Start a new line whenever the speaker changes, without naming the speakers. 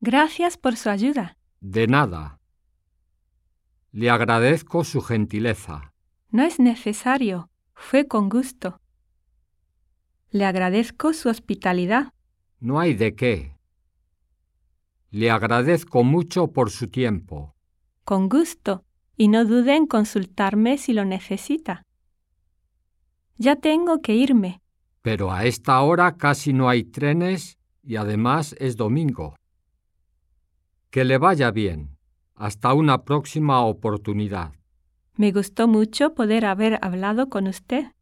Gracias por su ayuda.
De nada. Le agradezco su gentileza.
No es necesario. Fue con gusto. Le agradezco su hospitalidad.
No hay de qué. Le agradezco mucho por su tiempo.
Con gusto. Y no dude en consultarme si lo necesita. Ya tengo que irme.
Pero a esta hora casi no hay trenes y además es domingo. Que le vaya bien. Hasta una próxima oportunidad.
Me gustó mucho poder haber hablado con usted.